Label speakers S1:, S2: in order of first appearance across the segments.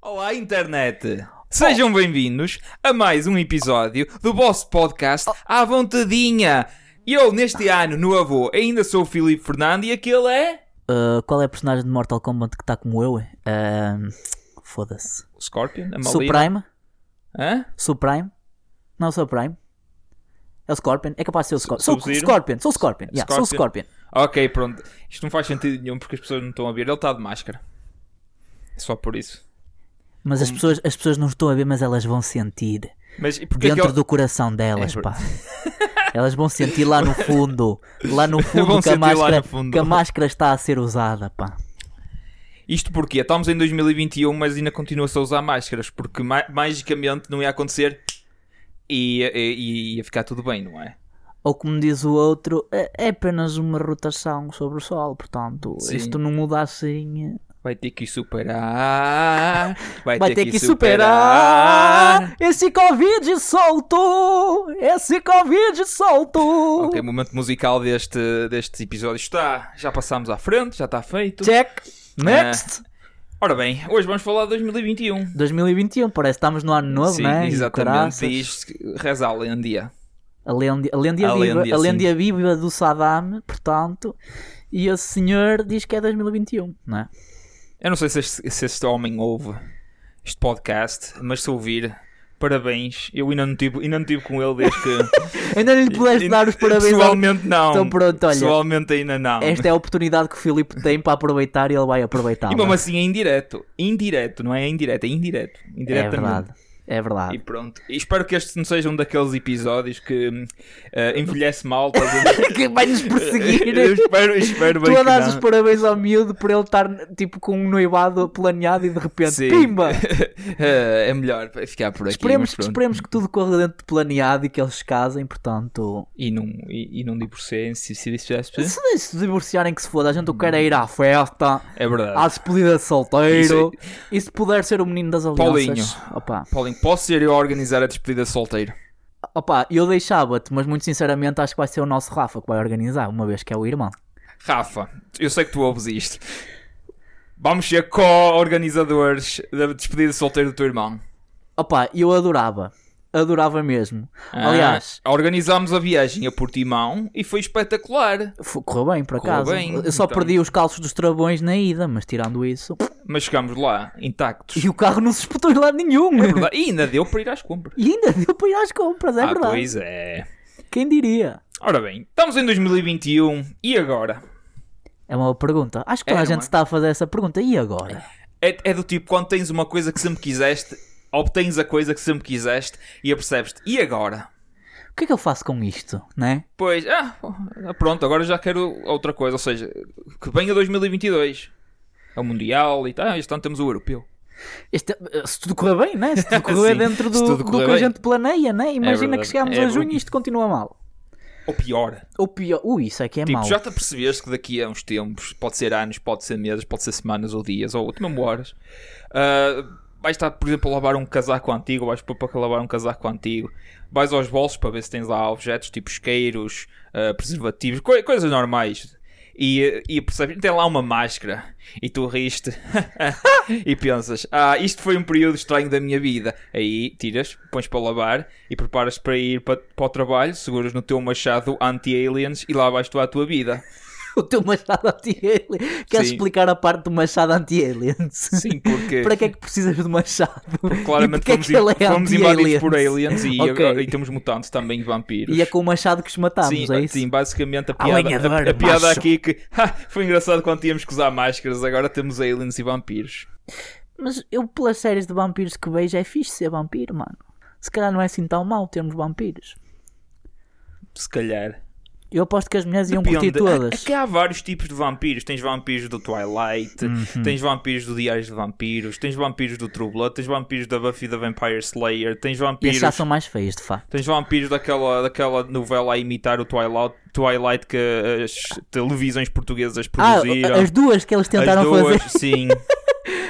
S1: Olá, internet! Sejam bem-vindos a mais um episódio do vosso podcast à vontadinha. Eu, neste ano, no avô, ainda sou o Filipe Fernando e aquele é...
S2: Uh, qual é a personagem de Mortal Kombat que está como eu? Uh, Foda-se.
S1: O Scorpion, a Malina.
S2: Supreme?
S1: Hã?
S2: Supreme? Não, Supreme. É o Scorpion? É capaz de ser o Scorpion. Sou o
S1: Sub-Zero?
S2: Scorpion, sou o Scorpion. Yeah, sou o
S1: Scorpion.
S2: Scorpion.
S1: Ok, pronto. Isto não faz sentido nenhum porque as pessoas não estão a ver. Ele está de máscara. É só por isso.
S2: Mas
S1: Um-
S2: as pessoas, as pessoas não estão a ver, mas elas vão sentir.
S1: Mas e porquê é que
S2: dentro
S1: ele-
S2: do coração delas,
S1: É
S2: pá. Elas vão sentir lá no fundo, lá no
S1: Vão
S2: fundo, que
S1: sentir
S2: a,
S1: lá
S2: máscara,
S1: no fundo.
S2: que a máscara está a ser usada, pá.
S1: Isto porque estamos em 2021, mas ainda continua-se a usar máscaras, porque ma magicamente não ia acontecer e, e- e ia ficar tudo bem, não é?
S2: Ou como diz o outro, é é apenas uma rotação sobre o sol, portanto,
S1: Sim.
S2: isto não muda assim.
S1: Vai ter que superar. Vai,
S2: Vai ter que superar esse Covid solto! Esse Covid solto!
S1: Ok, o momento musical deste, deste episódio está. Já passámos à frente, já está feito.
S2: Check!
S1: É.
S2: Next!
S1: Ora bem, hoje vamos falar de 2021.
S2: 2021, parece que estamos no ano novo,
S1: Sim,
S2: né? E
S1: exatamente. é
S2: caraças.
S1: Diz, reza a lendia.
S2: A lenda, a lenda
S1: A
S2: viva,
S1: lenda,
S2: a lenda viva do Saddam, portanto, e esse senhor diz que é 2021, não é?
S1: Eu não sei se este, se este homem ouve este podcast, mas se ouvir, parabéns. Eu ainda não tive, ainda não tive com ele desde que.
S2: Ainda não lhe pudeste dar os parabéns ao...
S1: Pessoalmente não.
S2: Então pronto, olha.
S1: Pessoalmente ainda não.
S2: Esta é a oportunidade que o Filipe tem para aproveitar e ele vai aproveitar. né?
S1: E mesmo assim é indireto. Indireto, não é indireto, é indireto.
S2: é
S1: Indiretamente.
S2: verdade, é
S1: E
S2: verdade.
S1: pronto. E espero que este não seja um daqueles episódios que hum, eh, envelhece mal. estás a ver?
S2: Que vai nos perseguir.
S1: Eu espero, eu espero bem
S2: Tu a
S1: que
S2: dás os
S1: não.
S2: parabéns ao miúdo por ele estar tipo com um noivado planeado e de repente,
S1: Sim.
S2: pimba!
S1: Eh, é melhor ficar por aqui.
S2: Esperemos,
S1: mas pronto.
S2: esperemos que tudo corra dentro de planeado e que eles se casem, portanto.
S1: E não, e, e não divorciem se se
S2: Se deixe divorciarem que se foda, a gente o quer
S1: Hum.
S2: é ir à festa,
S1: É verdade.
S2: à despedida de solteiro e se puder ser o menino das alianças.
S1: Paulinho.
S2: Opa,
S1: Paulinho, posso ser eu a organizar a despedida de solteiro?
S2: opa, eu deixava-te, mas muito sinceramente acho que vai ser o nosso Rafa que vai organizar, uma vez que é o irmão.
S1: Rafa, eu sei que tu ouves isto. Vamos ser co-organizadores da despedida de solteiro do teu irmão.
S2: Opa, eu adorava, adorava mesmo.
S1: Ah,
S2: Aliás,
S1: organizámos a viagem a Portimão e foi espetacular.
S2: F- Correu bem, por
S1: Correu
S2: acaso.
S1: bem,
S2: eu só
S1: então.
S2: perdi os calços dos travões na ida, mas tirando isso.
S1: Mas chegámos lá intactos.
S2: E o carro não se espetou em lado
S1: É
S2: nenhum.
S1: verdade. E ainda deu para ir às compras.
S2: E ainda deu para ir às compras, é
S1: ah,
S2: verdade.
S1: pois é.
S2: Quem diria?
S1: Ora bem, estamos em 2021 e agora?
S2: É uma boa pergunta. Acho que
S1: É,
S2: toda a
S1: não
S2: gente
S1: é?
S2: está a fazer essa pergunta. E agora?
S1: É, é do tipo quando tens uma coisa que sempre quiseste, obtens a coisa que sempre quiseste e apercebes-te. E agora?
S2: O que é que eu faço com isto, né?
S1: Pois, ah, pronto, agora já quero outra coisa. Ou seja, que venha 2022. É o Mundial e tal. Ah, este ano temos o Europeu.
S2: Este, se tudo correr bem, né? Se tudo correr
S1: Sim,
S2: dentro
S1: se
S2: do,
S1: tudo
S2: do
S1: correr
S2: que a
S1: bem.
S2: gente planeia, né? Imagina
S1: verdade,
S2: que chegamos
S1: é
S2: a junho
S1: verdade.
S2: e isto continua mal.
S1: Ou pior.
S2: Ou pior, ui, isso é que é
S1: Tipo,
S2: mau.
S1: já te apercebeste que daqui a uns tempos, pode ser anos, pode ser meses, pode ser semanas ou dias, ou até mesmo horas, ah, vais estar, por exemplo, a lavar um casaco antigo, vais pôr para lavar um casaco antigo, vais aos bolsos para ver se tens lá objetos tipo isqueiros, ah, preservativos, coi- coisas normais. E, e percebes, tem lá uma máscara e tu riste e pensas, ah, isto foi um período estranho da minha vida. Aí tiras, pões para lavar e preparas para ir para, para o trabalho, seguras no teu machado anti-aliens e lá vais tu à tua vida.
S2: O teu machado anti-alien. Queres
S1: Sim.
S2: explicar a parte do machado anti-alien?
S1: Sim, porque
S2: Para que é que precisas do machado?
S1: claramente
S2: E porque é
S1: fomos,
S2: que ele é
S1: fomos invadidos
S2: anti-aliens?
S1: por aliens e,
S2: Ok.
S1: agora, e temos mutantes também e vampiros.
S2: E é com o machado que os matámos,
S1: sim,
S2: é isso?
S1: sim, basicamente a
S2: A
S1: piada, a,
S2: lenhadora,
S1: a piada
S2: macho.
S1: aqui é que "Ha, foi engraçado quando tínhamos que usar máscaras, agora temos aliens e vampiros.
S2: Mas eu, pelas séries de vampiros que vejo, é fixe ser vampiro, mano. Se calhar não é assim tão mau termos vampiros.
S1: Se calhar.
S2: Eu aposto que as mulheres iam curtir
S1: Depende.
S2: um todas.
S1: É que há vários tipos de vampiros. Tens vampiros do Twilight,
S2: Uhum.
S1: tens vampiros do Diários de Vampiros, tens vampiros do True Blood, tens vampiros da Buffy da Vampire Slayer, tens
S2: E
S1: vampiros
S2: esses já são mais feios, de facto.
S1: Tens vampiros daquela, daquela novela a imitar o Twilight, Twilight que as televisões portuguesas
S2: Ah,
S1: produziram.
S2: as duas que eles
S1: As
S2: tentaram
S1: duas,
S2: fazer.
S1: sim.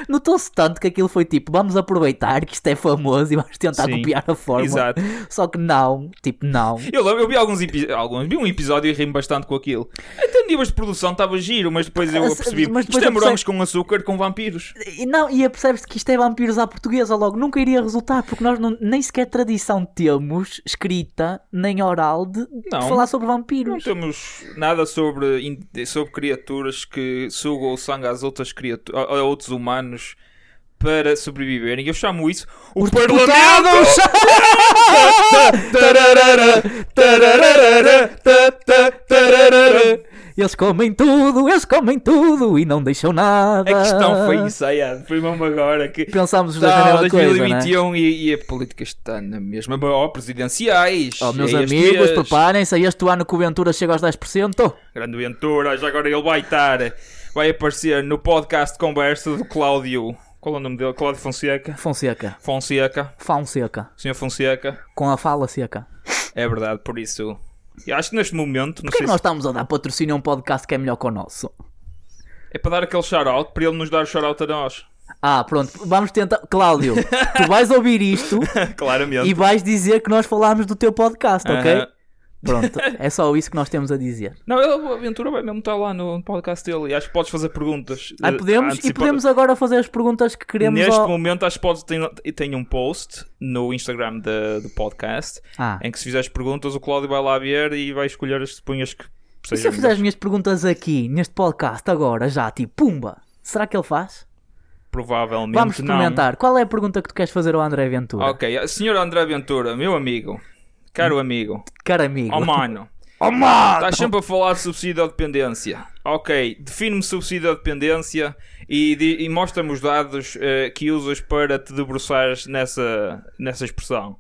S2: Notou-se tanto que aquilo foi tipo, vamos aproveitar que isto é famoso e vamos tentar
S1: Sim,
S2: copiar a fórmula.
S1: Exato.
S2: Só que não, tipo, não.
S1: Eu lembro, eu vi alguns, epi- alguns vi um episódio e rimo bastante com aquilo. Até em níveis de produção estava giro, mas depois eu
S2: Ah, se-
S1: percebi
S2: mas
S1: isto
S2: depois
S1: é
S2: eu
S1: morangos com açúcar com vampiros.
S2: E não, e apercebes que isto é vampiros à portuguesa, logo nunca iria resultar, porque nós não- nem sequer tradição temos, escrita, nem oral, de, de
S1: Não.
S2: falar sobre
S1: Não
S2: vampiros.
S1: temos nada sobre, in- sobre criaturas que sugam o sangue às outras criaturas, a, a outros humanos para sobreviverem. Eu chamo isso o parlamento!
S2: Deputados!
S1: Tararara, tararara, ta- ta- tararara.
S2: Eles comem tudo, eles comem tudo e não deixam nada.
S1: A questão É foi isso aí, ah, foi mesmo agora que
S2: Pensámos os dois na
S1: Tá,
S2: mesma coisa, né?
S1: 2021 e, e a política está na mesma. Ó, presidenciais.
S2: Oh, meus
S1: é este
S2: amigos,
S1: este.
S2: preparem-se. Este ano que o Ventura chega aos 10%.
S1: Grande Ventura, já agora ele vai estar. Vai aparecer no podcast de conversa do Cláudio. Qual é o nome dele? Cláudio Fonseca.
S2: Fonseca.
S1: Fonseca.
S2: Fão seca.
S1: Senhor Fonseca.
S2: Com a fala seca.
S1: É verdade, por isso. Eu acho que neste momento, não
S2: Porquê
S1: sei
S2: é que
S1: se
S2: nós estamos a dar patrocínio a um podcast que é melhor que o nosso?
S1: é para dar aquele shout-out, para ele nos dar o shout-out a nós.
S2: Ah, pronto. Vamos tentar. Cláudio, tu vais ouvir isto
S1: Claramente.
S2: e vais dizer que nós falámos do teu podcast, ok?
S1: Aham.
S2: Pronto. É só isso que nós temos a dizer.
S1: Não, ele, o Ventura vai mesmo estar lá no podcast dele e acho que podes fazer perguntas.
S2: Ah,
S1: eh,
S2: podemos, e
S1: antecipa-
S2: podemos agora fazer as perguntas que queremos
S1: Neste
S2: ao...
S1: momento, acho que podes ter, tem um post no Instagram da- do podcast
S2: Ah.
S1: em que se fizeres perguntas, o Cláudio vai lá ver e vai escolher as supunhas que
S2: E se eu
S1: sejam.
S2: fizer as minhas perguntas aqui, neste podcast, agora, já, tipo, pumba, será que ele faz?
S1: Provavelmente
S2: Vamos
S1: não.
S2: experimentar. Qual é a pergunta que tu queres fazer ao André Ventura?
S1: Ok, senhor André Ventura, meu amigo, caro amigo,
S2: Caro amigo.
S1: oh mano,
S2: Oh, mano!
S1: estás sempre a falar de subsídio à dependência. Ok, define-me subsídio à dependência e, di- e mostra-me os dados eh, que usas para te debruçares nessa, nessa expressão.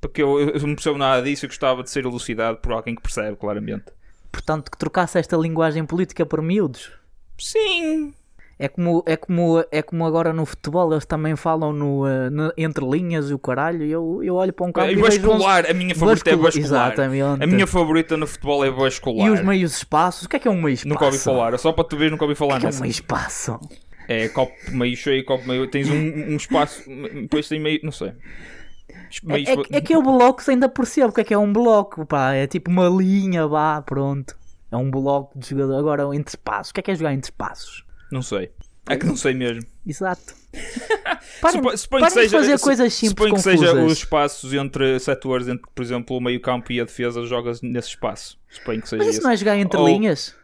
S1: Porque eu, eu não percebo nada disso e gostava de ser elucidado por alguém que percebe claramente.
S2: Portanto, que trocasse esta linguagem política por miúdos.
S1: Sim,
S2: É como, é como, é como agora no futebol, eles também falam no, eh, no- entre linhas e o caralho. e Eu, eu olho para um campo
S1: E
S2: e, vejo uns-
S1: é vascular, a minha favorita é
S2: Vascular,
S1: vascular.
S2: exatamente.
S1: A minha favorita no futebol é vascular.
S2: E os meios espaços. O que é que é um meio espaço?
S1: Nunca ouvi falar, só para tu ver, nunca ouvi
S2: O
S1: falar
S2: que é que é um
S1: nessa.
S2: meio espaço?
S1: É copo meio cheio, copo meio. Tens um, um espaço, depois tem meio. Não sei.
S2: É,
S1: Meio-
S2: é- é que é o bloco, se ainda percebo o que é que é um bloco, pá. É tipo uma linha, vá, pronto. É um bloco de jogador. Agora, entre espaços. O que é que é jogar entre espaços?
S1: Não sei. É que não sei mesmo.
S2: Exato. Parem,
S1: Supo-
S2: parem de fazer
S1: su-
S2: coisas simples
S1: Suponho que
S2: confusas.
S1: seja os espaços entre setores, entre, por exemplo, o meio campo e a defesa, jogas nesse espaço. Suponho que seja
S2: Mas isso
S1: esse.
S2: não é jogar entre
S1: Ou-
S2: linhas?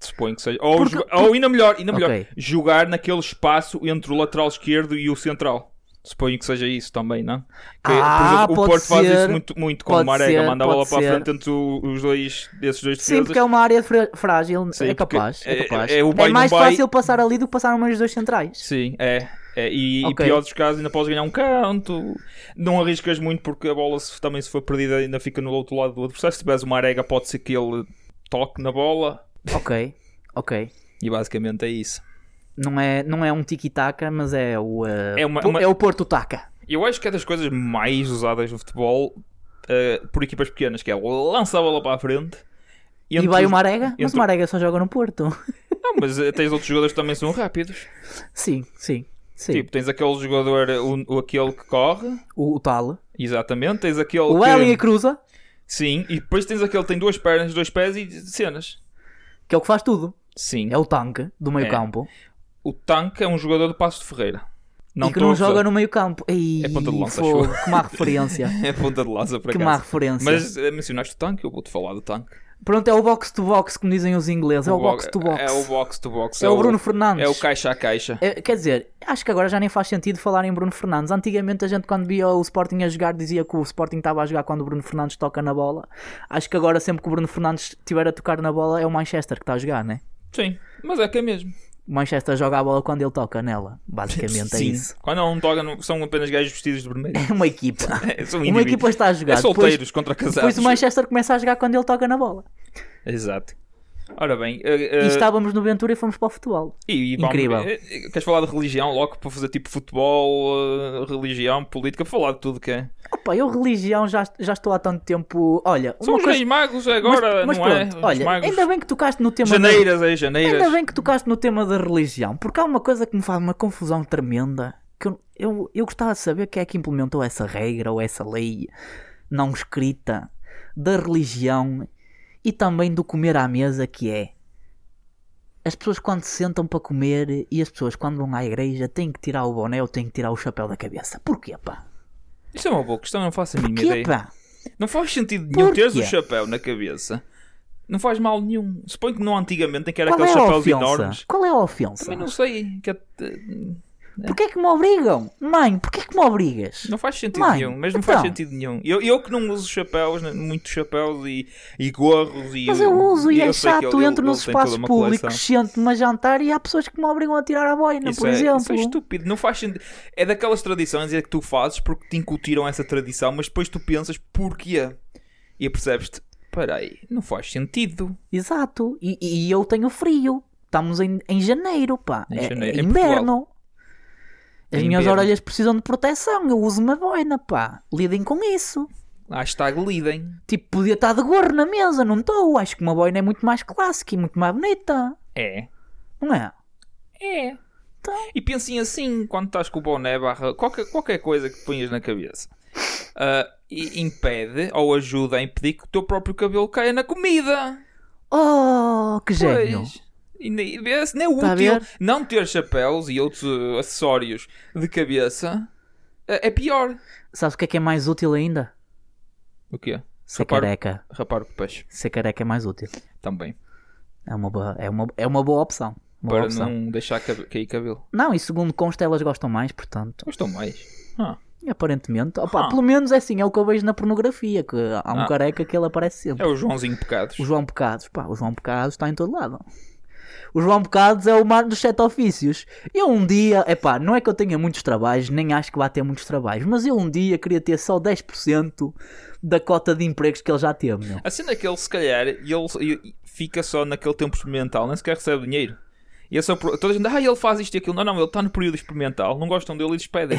S1: Suponho que seja. Ou,
S2: Porque-
S1: joga- ou ainda melhor, ainda melhor
S2: Ok.
S1: jogar naquele espaço entre o lateral esquerdo e o central. Suponho que seja isso também, não? Que,
S2: Ah,
S1: por exemplo, o
S2: pode
S1: Porto faz
S2: ser.
S1: isso muito, muito com o
S2: Pode
S1: Marega,
S2: ser,
S1: manda a bola
S2: pode
S1: para a
S2: ser.
S1: frente entre o- os dois, esses dois
S2: Sim,
S1: defesas.
S2: porque é uma área fra- frágil.
S1: Sim,
S2: é capaz.
S1: porque
S2: É, capaz.
S1: é- é
S2: É,
S1: o Bay
S2: mais
S1: Dubai-
S2: fácil passar ali do que passar no meio dos dois centrais.
S1: Sim, é. é. E, e
S2: Ok.
S1: pior dos casos, ainda podes ganhar um canto. Não arriscas muito porque a bola se- também se for perdida ainda fica no outro lado do adversário. Se tiveres uma arega, pode ser que ele toque na bola.
S2: Ok, ok.
S1: E basicamente é isso.
S2: Não é, não é um tiki-taka, mas é o. eh,
S1: É uma-
S2: po-
S1: uma-
S2: é o Porto-taka.
S1: Eu acho que é das coisas mais usadas no futebol eh, por equipas pequenas, que é lança a bola para a frente.
S2: E
S1: entre
S2: vai
S1: os-
S2: o Marega? Mas
S1: entre-
S2: o Marega só joga no Porto.
S1: Não, mas eh, tens outros jogadores que também são rápidos.
S2: Sim, sim, sim.
S1: Tipo, tens aquele jogador, o, o- aquele que corre.
S2: O, o tal.
S1: Exatamente, tens aquele
S2: O
S1: que...
S2: Hélio e Cruza,
S1: Sim, e depois tens aquele que tem duas pernas, dois pés e cenas.
S2: que é o que faz tudo.
S1: Sim.
S2: É o tanque do meio
S1: É.
S2: campo.
S1: O tanque é um jogador do Passo de Ferreira.
S2: e que
S1: estou
S2: não
S1: a gozar.
S2: joga no meio campo. Ei,
S1: É ponta de lança,
S2: fogo,
S1: acho
S2: que má referência.
S1: É ponta de lança, por
S2: que má
S1: acaso.
S2: referência.
S1: Mas eh, mencionaste o tanque, eu vou-te falar do tanque.
S2: Pronto, é o box to box, como dizem os ingleses. É o,
S1: bo-
S2: box to box.
S1: É o box to box.
S2: É o Bruno Fernandes.
S1: É o caixa a caixa.
S2: É, Quer dizer, acho que agora já nem faz sentido falar em Bruno Fernandes. Antigamente a gente quando via o Sporting a jogar dizia que o Sporting estava a jogar quando o Bruno Fernandes toca na bola. Acho que agora sempre que o Bruno Fernandes estiver a tocar na bola é o Manchester que está a jogar, né?
S1: Sim, mas é que é mesmo.
S2: O Manchester joga a bola quando ele toca nela. Basicamente é
S1: Sim.
S2: isso.
S1: Quando não toca, não- são apenas gajos vestidos de vermelho.
S2: É uma equipa.
S1: São
S2: Uma
S1: indivíduos.
S2: equipa está a
S1: É
S2: jogar.
S1: solteiros
S2: Depois,
S1: contra casados.
S2: depois o Manchester começa a jogar quando ele toca na bola.
S1: Exato. Ora bem, eh,
S2: E
S1: eh,
S2: estávamos no Ventura e fomos para o futebol.
S1: E, e vamos-
S2: Incrível.
S1: eh, eh, Queres falar de religião logo para fazer tipo futebol, eh, religião, política, para falar de tudo que é?
S2: Ah, Opa, eu religião já, já estou há tanto tempo. Olha,
S1: São os
S2: coisa-
S1: Reis Magos agora,
S2: mas, mas
S1: não
S2: pronto,
S1: é?
S2: olha,
S1: os magos.
S2: ainda bem que tocaste no tema da-
S1: Janeiras, é, janeiras.
S2: Ainda bem que tocaste no tema da religião, porque há uma coisa que me faz uma confusão tremenda. Que eu, eu, eu gostava de saber quem é que implementou essa regra ou essa lei não escrita da religião e também do comer à mesa, que é as pessoas quando se sentam para comer e as pessoas quando vão à igreja têm que tirar o boné ou têm que tirar o chapéu da cabeça. Porquê, pá?
S1: Isto é uma boa questão, não faço a mínima
S2: Porquê,
S1: ideia.
S2: pá?
S1: Não faz sentido nenhum teres
S2: Porquê?
S1: o chapéu na cabeça. Não faz mal nenhum. Suponho que não antigamente, em que era
S2: Qual é
S1: aqueles
S2: a
S1: chapéus
S2: ofensa?
S1: enormes.
S2: Qual é a ofensa?
S1: Também não sei. Que, eh,
S2: Porquê é que me obrigam? Mãe, porquê é que me obrigas?
S1: não faz sentido
S2: Mãe,
S1: nenhum. Mas não faz
S2: então.
S1: sentido nenhum. Eu, eu que não uso chapéus, né, muitos chapéus e, e gorros e.
S2: Mas eu uso e é
S1: eu sei que
S2: chato,
S1: ele-
S2: entro
S1: ele-
S2: nos
S1: ele tem toda
S2: espaços
S1: uma
S2: públicos,
S1: coleção.
S2: sento-me a jantar e há pessoas que me obrigam a tirar a boina,
S1: Isso
S2: por
S1: é,
S2: exemplo.
S1: isso é estúpido, não faz sentido. É daquelas tradições é que tu fazes porque te incutiram essa tradição, mas depois tu pensas porquê e percebes-te: peraí, não faz sentido.
S2: Exato. E, e eu tenho frio. Estamos em, em janeiro, pá.
S1: Em
S2: É-
S1: janeiro.
S2: é
S1: Em
S2: inverno. As
S1: Em
S2: minhas
S1: inverno.
S2: orelhas precisam de proteção. Eu uso uma boina, pá. Lidem com isso.
S1: Hashtag lidem.
S2: Tipo, podia estar de gorro na mesa, não estou. Acho que uma boina é muito mais clássica e muito mais bonita.
S1: É.
S2: Não é?
S1: É.
S2: Então.
S1: E pensem assim, quando estás com o boné barra qualquer, qualquer coisa que te ponhas na cabeça, ah, e impede ou ajuda a impedir que o teu próprio cabelo caia na comida.
S2: Oh, que gênio.
S1: Pois. E nem, vê-se, nem é
S2: Tá a
S1: útil
S2: ver?
S1: não ter chapéus e outros eh, acessórios de cabeça. É é pior.
S2: Sabes o que é que é mais útil ainda?
S1: O quê?
S2: Ser
S1: Rapar-
S2: careca.
S1: Rapar o peixe.
S2: Ser careca é mais útil.
S1: Também.
S2: É uma boa, é uma, é uma boa opção. Uma boa
S1: para
S2: opção.
S1: não deixar cabe- cair cabelo.
S2: Não... e segundo consta, elas gostam mais, portanto.
S1: Gostam mais. Ah,
S2: E aparentemente, opa,
S1: Ah.
S2: pelo menos é assim, é o que eu vejo na pornografia, que há um
S1: Ah.
S2: careca que ele aparece sempre.
S1: é o Joãozinho Pecados.
S2: O João Bocados, pá, o João Bocados está em todo lado. O João Bocados é o mar dos sete ofícios. Eu um dia, é pá, não é que eu tenha muitos trabalhos, nem acho que vá ter muitos trabalhos, mas eu um dia queria ter só 10% da cota de empregos que ele já teve, meu.
S1: A cena é que ele, se calhar, ele, ele fica só naquele tempo experimental, nem sequer recebe dinheiro. E é só. por- Toda a gente, ah, ele faz isto e aquilo. Não, não, ele está no período experimental, não gostam dele e despedem.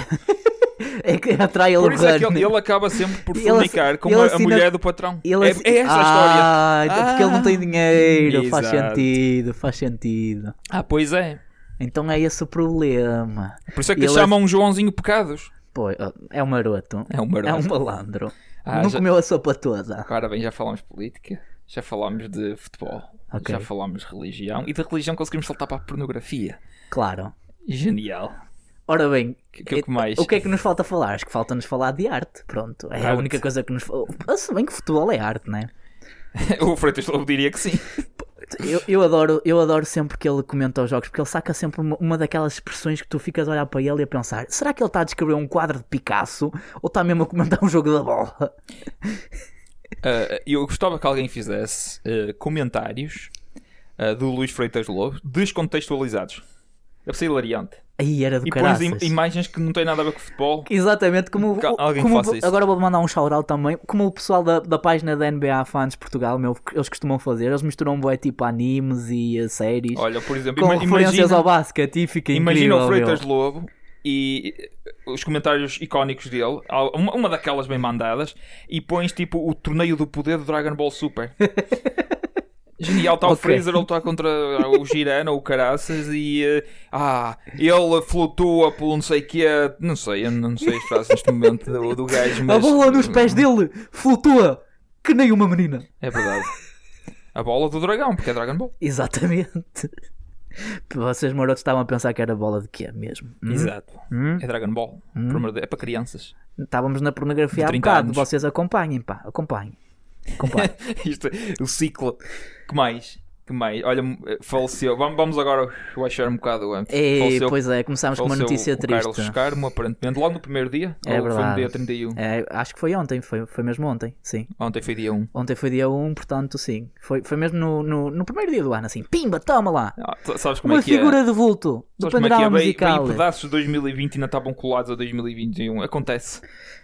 S2: É que atrai ele
S1: Por isso é que
S2: run.
S1: ele, ele acaba sempre por
S2: Ele
S1: fornicar com
S2: assi- ele
S1: a- a,
S2: assina-
S1: mulher do patrão.
S2: Ele
S1: é,
S2: assim-
S1: é essa a história.
S2: ah, então porque ele não tem
S1: Ah,
S2: dinheiro. Faz
S1: exato.
S2: sentido, faz sentido.
S1: Ah, pois é.
S2: Então é esse o problema.
S1: Por isso é que
S2: Ele
S1: eles
S2: é-
S1: chamam Joãozinho Pecados.
S2: Pô, é um maroto.
S1: É um maroto.
S2: É um malandro.
S1: Ah,
S2: não
S1: já-
S2: comeu a sopa toda.
S1: Agora bem, já falámos de política, já falámos de futebol,
S2: Ok.
S1: já falámos de religião e da religião conseguimos saltar para a pornografia.
S2: Claro.
S1: Genial.
S2: Ora bem,
S1: Que- que- que mais?
S2: o que é que nos falta falar? Acho que falta-nos falar de arte. Pronto, é a
S1: Arte.
S2: única coisa que nos. Ah, Se bem que futebol é arte, né?
S1: o Freitas Lobo diria que sim.
S2: Eu, eu, adoro, eu adoro sempre que ele comenta os jogos, porque ele saca sempre uma, uma daquelas expressões que tu ficas a olhar para ele e a pensar: será que ele está a descrever um quadro de Picasso ou está mesmo a comentar um jogo da bola?
S1: Ah, eu gostava que alguém fizesse ah, comentários ah, do Luís Freitas Lobo descontextualizados. É ser hilariante.
S2: Aí era do
S1: E pões
S2: caraças.
S1: im- imagens que não têm nada a ver com futebol.
S2: Exatamente, como, o-
S1: Que alguém
S2: como o-
S1: faça isso.
S2: agora vou mandar um shout-out também, como o pessoal da, da página da NBA Fans Portugal, meu, eles costumam fazer, eles misturam bué tipo animes e eh, séries
S1: Olha, por exemplo,
S2: com
S1: ima-
S2: referências
S1: imagina,
S2: ao basquete e fica
S1: Imagina
S2: incrível,
S1: o Freitas
S2: meu.
S1: Lobo e eh, os comentários icónicos dele, há uma, uma daquelas bem mandadas, e pões tipo o torneio do poder do Dragon Ball Super. Genial, está o
S2: Ok.
S1: Freezer a lutar contra o Girano ou o Caraças e eh, ah, ele flutua pelo não sei que não sei, eu não sei as frases neste momento do, do gajo, mas
S2: A bola nos pés dele flutua que nem uma menina.
S1: é verdade. A bola do dragão, porque é Dragon Ball.
S2: Exatamente. Vocês marotos estavam a pensar que era bola de quê mesmo? Hum?
S1: Exato.
S2: Hum?
S1: É Dragon Ball. por amor de- É para crianças.
S2: Estávamos na pornografia
S1: De
S2: há
S1: 30
S2: bocado,
S1: anos.
S2: vocês acompanhem, pá, acompanhem. Acompanhem.
S1: Isto, o ciclo. Que mais? Que mais? Olha, eh, faleceu. Vamos, vamos agora baixar um bocado o âmbito.
S2: e,
S1: Faleceu-
S2: pois é, começámos com uma
S1: faleceu
S2: notícia
S1: o
S2: triste.
S1: Carlos Carmo, aparentemente, logo no primeiro dia.
S2: É
S1: ou foi no
S2: verdade.
S1: dia 31.
S2: É, acho que foi ontem, foi, foi mesmo ontem, sim.
S1: Ontem foi dia 1.
S2: Ontem foi dia 1, portanto, sim. Foi, foi mesmo no, no, no primeiro dia do ano, assim. Pimba, toma lá!
S1: Ah, t- sabes como
S2: Uma
S1: é que
S2: figura
S1: é?
S2: de vulto do
S1: Sabes como é que é?
S2: panorama
S1: Veio-
S2: musical.
S1: veio pedaços de 2020 e ainda estavam colados a 2021. Acontece.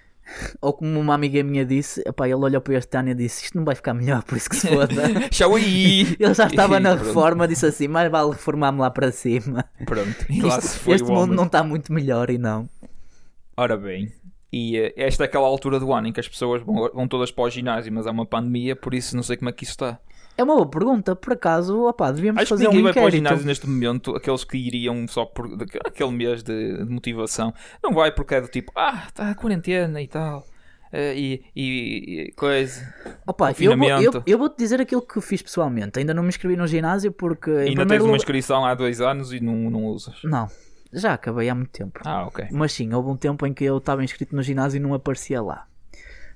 S2: Ou como uma amiga minha disse, epá, ele olhou para este ano e disse: Isto não vai ficar melhor, por isso que se foda.
S1: Tchau aí!
S2: Ele já estava
S1: E
S2: na
S1: pronto,
S2: reforma, disse assim: Mais vale reformar-me lá para cima.
S1: Pronto. E lá
S2: Isto-
S1: se foi
S2: este
S1: o
S2: mundo
S1: homem.
S2: não está muito melhor e não.
S1: Ora bem, E eh, esta é aquela altura do ano em que as pessoas vão, vão todas para o ginásio, mas há uma pandemia, por isso não sei como é que isso está.
S2: É uma boa pergunta, por acaso, opá, devíamos
S1: Acho que
S2: fazer um
S1: ninguém vai para o
S2: inquérito.
S1: ginásio neste momento, aqueles que iriam só por daque- aquele mês de, de motivação, não vai porque é do tipo, ah, está a quarentena e tal, eh, e, e- e coisa.
S2: Opá, eu, vou,
S1: Confinamento.
S2: eu, eu vou-te dizer aquilo que fiz pessoalmente. Ainda não me inscrevi no ginásio porque, em
S1: Ainda tens
S2: primeiro
S1: uma
S2: lugar...
S1: inscrição há dois anos e não, não usas.
S2: Não, já acabei há muito tempo.
S1: Ah, ok.
S2: Mas sim, houve um tempo em que eu estava inscrito no ginásio e não aparecia lá.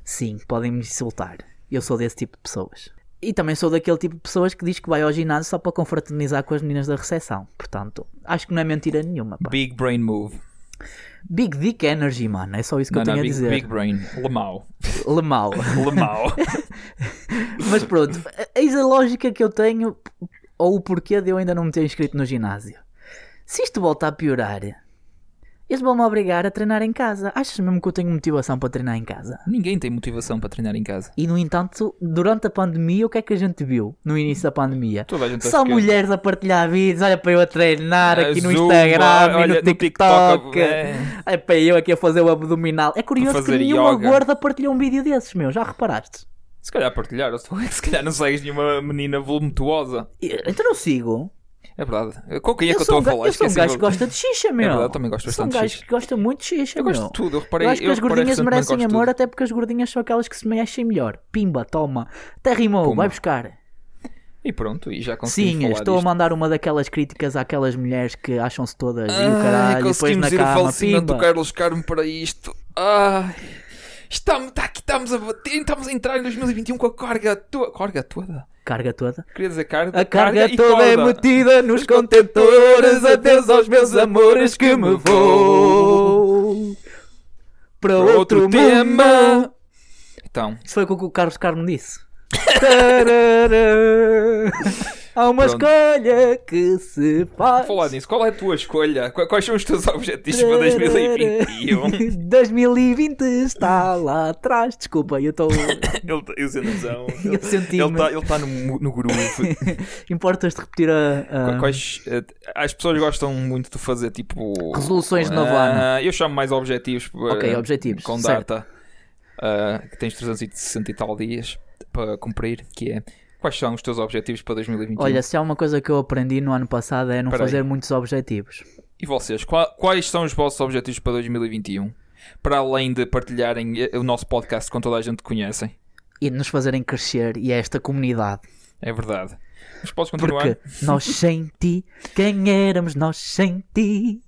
S2: Sim, podem me insultar. Eu sou desse tipo de pessoas. E também sou daquele tipo de pessoas que diz que vai ao ginásio só para confraternizar com as meninas da recepção. Portanto, acho que não é mentira nenhuma. pá.
S1: Big brain move.
S2: Big Dick Energy, mano. É só isso que
S1: Não,
S2: eu tenho
S1: não,
S2: a
S1: big,
S2: dizer.
S1: big brain. Lemau.
S2: Lemau.
S1: Lemau.
S2: Mas pronto, eis a lógica que eu tenho, ou o porquê de eu ainda não me ter inscrito no ginásio. Se isto volta a piorar, eles vão-me obrigar a treinar em casa. Achas mesmo que eu tenho motivação para treinar em casa?
S1: Ninguém tem motivação para treinar em casa.
S2: E no entanto, durante a pandemia, o que é que a gente viu no início da pandemia?
S1: Toda a gente
S2: Só
S1: acho que-
S2: mulheres a partilhar vídeos, olha para eu a treinar
S1: Ah,
S2: aqui no
S1: Zumba,
S2: Instagram e
S1: olha,
S2: no
S1: no
S2: TikTok.
S1: TikTok, é.
S2: Olha para eu aqui a fazer o abdominal. É curioso que
S1: fazer
S2: nenhuma
S1: yoga.
S2: gorda partilhou um vídeo desses, meu, já reparaste?
S1: Se calhar partilhar, ou se se calhar não segues nenhuma menina voluptuosa.
S2: E- Então não sigo.
S1: É verdade. Com quem é
S2: eu,
S1: que eu estou
S2: sou um
S1: a falar?
S2: ga- eu sou um
S1: Esqueci
S2: gajo que
S1: agora.
S2: gosta de xixa, meu.
S1: verdade, eu também gosto
S2: sou um
S1: bastante de
S2: gajo
S1: xixa.
S2: que gosta muito de xixa,
S1: Eu
S2: meu.
S1: gosto de tudo, eu reparei.
S2: Eu acho que as
S1: reparei
S2: gordinhas
S1: recentemente
S2: merecem
S1: gosto de
S2: amor,
S1: tudo.
S2: até porque as gordinhas são aquelas que se mexem melhor. Pimba, toma. Até rimou,
S1: Pumba.
S2: vai buscar.
S1: E pronto, e já conseguimos
S2: Sim,
S1: falar
S2: estou a
S1: disto.
S2: mandar uma daquelas críticas àquelas mulheres que acham-se todas e o
S1: Ai,
S2: caralho, e depois
S1: Ah, conseguimos
S2: na
S1: ir ao
S2: cama,
S1: falecimento
S2: pimba.
S1: do Carlos Carmo para isto. Ai. Estamos, tá aqui, estamos a bater, estamos a entrar em 2021 com a carga toda. Carga toda?
S2: Carga toda.
S1: Queria dizer carga
S2: A carga,
S1: e
S2: toda é
S1: corda.
S2: metida nos contentores. Adeus aos meus amores que me vou para
S1: Outro,
S2: outro,
S1: tema.
S2: mundo.
S1: Então,
S2: Isso foi o que o Carlos Carmo disse. Tarará. Há uma
S1: Pronto.
S2: escolha que se faz.
S1: falar nisso, qual é a tua escolha? Qua- Quais são os teus objetivos para 2021?
S2: 2020 está lá atrás. Desculpa, eu estou.
S1: Ele tá- eu sendo usão.
S2: Eu senti-me.
S1: Ele está tá no, mu- no groove.
S2: Importas de repetir a. a-
S1: Quais, eh, as pessoas gostam muito de fazer tipo.
S2: Resoluções de novo
S1: Ah, Eu chamo mais objetivos.
S2: Ok,
S1: eh,
S2: objetivos,
S1: Com
S2: certo.
S1: data. ah, que tens 360 e tal dias para cumprir. Que é. Quais são os teus objetivos para 2021?
S2: Olha, se há uma coisa que eu aprendi no ano passado é não
S1: Peraí.
S2: fazer muitos objetivos.
S1: E vocês, qua- quais são os vossos objetivos para 2021? Para além de partilharem eh, o nosso podcast com toda a gente que conhecem.
S2: E nos fazerem crescer e a esta comunidade.
S1: É verdade. Mas podes continuar?
S2: Porque nós sem ti, quem éramos nós sem ti?